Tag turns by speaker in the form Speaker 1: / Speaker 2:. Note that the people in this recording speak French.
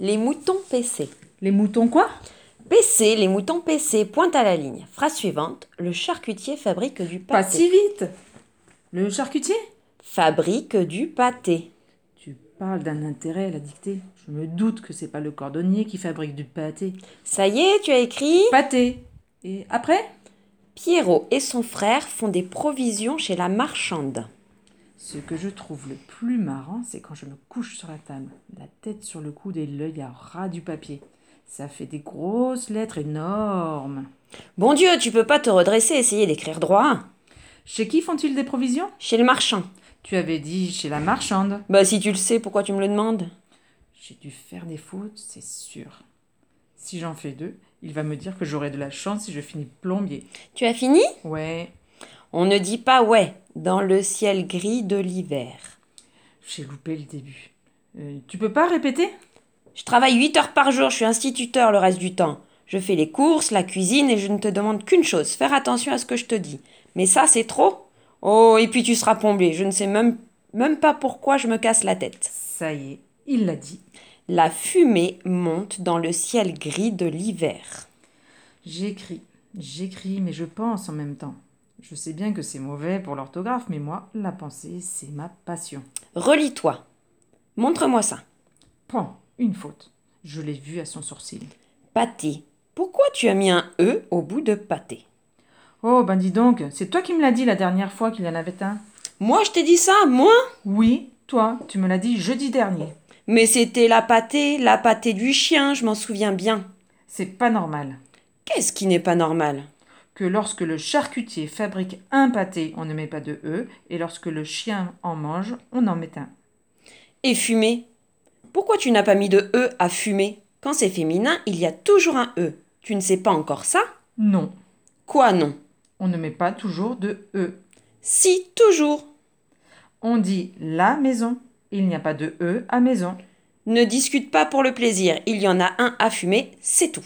Speaker 1: Les moutons PC.
Speaker 2: Les moutons quoi
Speaker 1: PC, les moutons PC, pointe à la ligne. Phrase suivante, le charcutier fabrique du
Speaker 2: Pas
Speaker 1: pâté.
Speaker 2: si vite Le charcutier
Speaker 1: Fabrique du pâté.
Speaker 2: Tu parles d'un intérêt à la dictée. Je me doute que c'est pas le cordonnier qui fabrique du pâté.
Speaker 1: Ça y est, tu as écrit
Speaker 2: Pâté Et après
Speaker 1: Pierrot et son frère font des provisions chez la marchande.
Speaker 2: Ce que je trouve le plus marrant, c'est quand je me couche sur la table, la tête sur le coude et l'œil à ras du papier. Ça fait des grosses lettres énormes.
Speaker 1: Bon Dieu, tu peux pas te redresser, essayer d'écrire droit.
Speaker 2: Chez qui font-ils des provisions
Speaker 1: Chez le marchand.
Speaker 2: Tu avais dit chez la marchande.
Speaker 1: Bah si tu le sais, pourquoi tu me le demandes
Speaker 2: J'ai dû faire des fautes, c'est sûr. Si j'en fais deux, il va me dire que j'aurai de la chance si je finis plombier.
Speaker 1: Tu as fini
Speaker 2: Ouais,
Speaker 1: On ne dit pas ouais dans le ciel gris de l'hiver.
Speaker 2: j'ai loupé le début. Euh, tu peux pas répéter
Speaker 1: Je travaille 8 heures par jour, je suis instituteur le reste du temps. Je fais les courses, la cuisine et je ne te demande qu'une chose, faire attention à ce que je te dis. Mais ça, c'est trop Oh, et puis tu seras plombé, je ne sais même, même pas pourquoi je me casse la tête.
Speaker 2: Ça y est, il l'a dit.
Speaker 1: La fumée monte dans le ciel gris de l'hiver.
Speaker 2: J'écris, j'écris, mais je pense en même temps. Je sais bien que c'est mauvais pour l'orthographe, mais moi, la pensée, c'est ma passion.
Speaker 1: Relis-toi. Montre-moi ça.
Speaker 2: Pan, une faute. Je l'ai vu à son sourcil.
Speaker 1: Pâté. Pourquoi tu as mis un E au bout de pâté
Speaker 2: Oh, ben dis donc, c'est toi qui me l'as dit la dernière fois qu'il y en avait un.
Speaker 1: Moi, je t'ai dit ça, moi
Speaker 2: Oui, toi, tu me l'as dit jeudi dernier.
Speaker 1: Mais c'était la pâtée, la pâtée du chien, je m'en souviens bien.
Speaker 2: C'est pas normal.
Speaker 1: Qu'est-ce qui n'est pas normal
Speaker 2: que lorsque le charcutier fabrique un pâté, on ne met pas de E, et lorsque le chien en mange, on en met un.
Speaker 1: Et fumer Pourquoi tu n'as pas mis de E à fumer Quand c'est féminin, il y a toujours un E. Tu ne sais pas encore ça
Speaker 2: Non,
Speaker 1: Quoi non
Speaker 2: on ne met pas toujours de E.
Speaker 1: Si, toujours.
Speaker 2: On dit la maison. Il n'y a pas de E à maison.
Speaker 1: Ne discute pas pour le plaisir, il y en a un à fumer, c'est tout.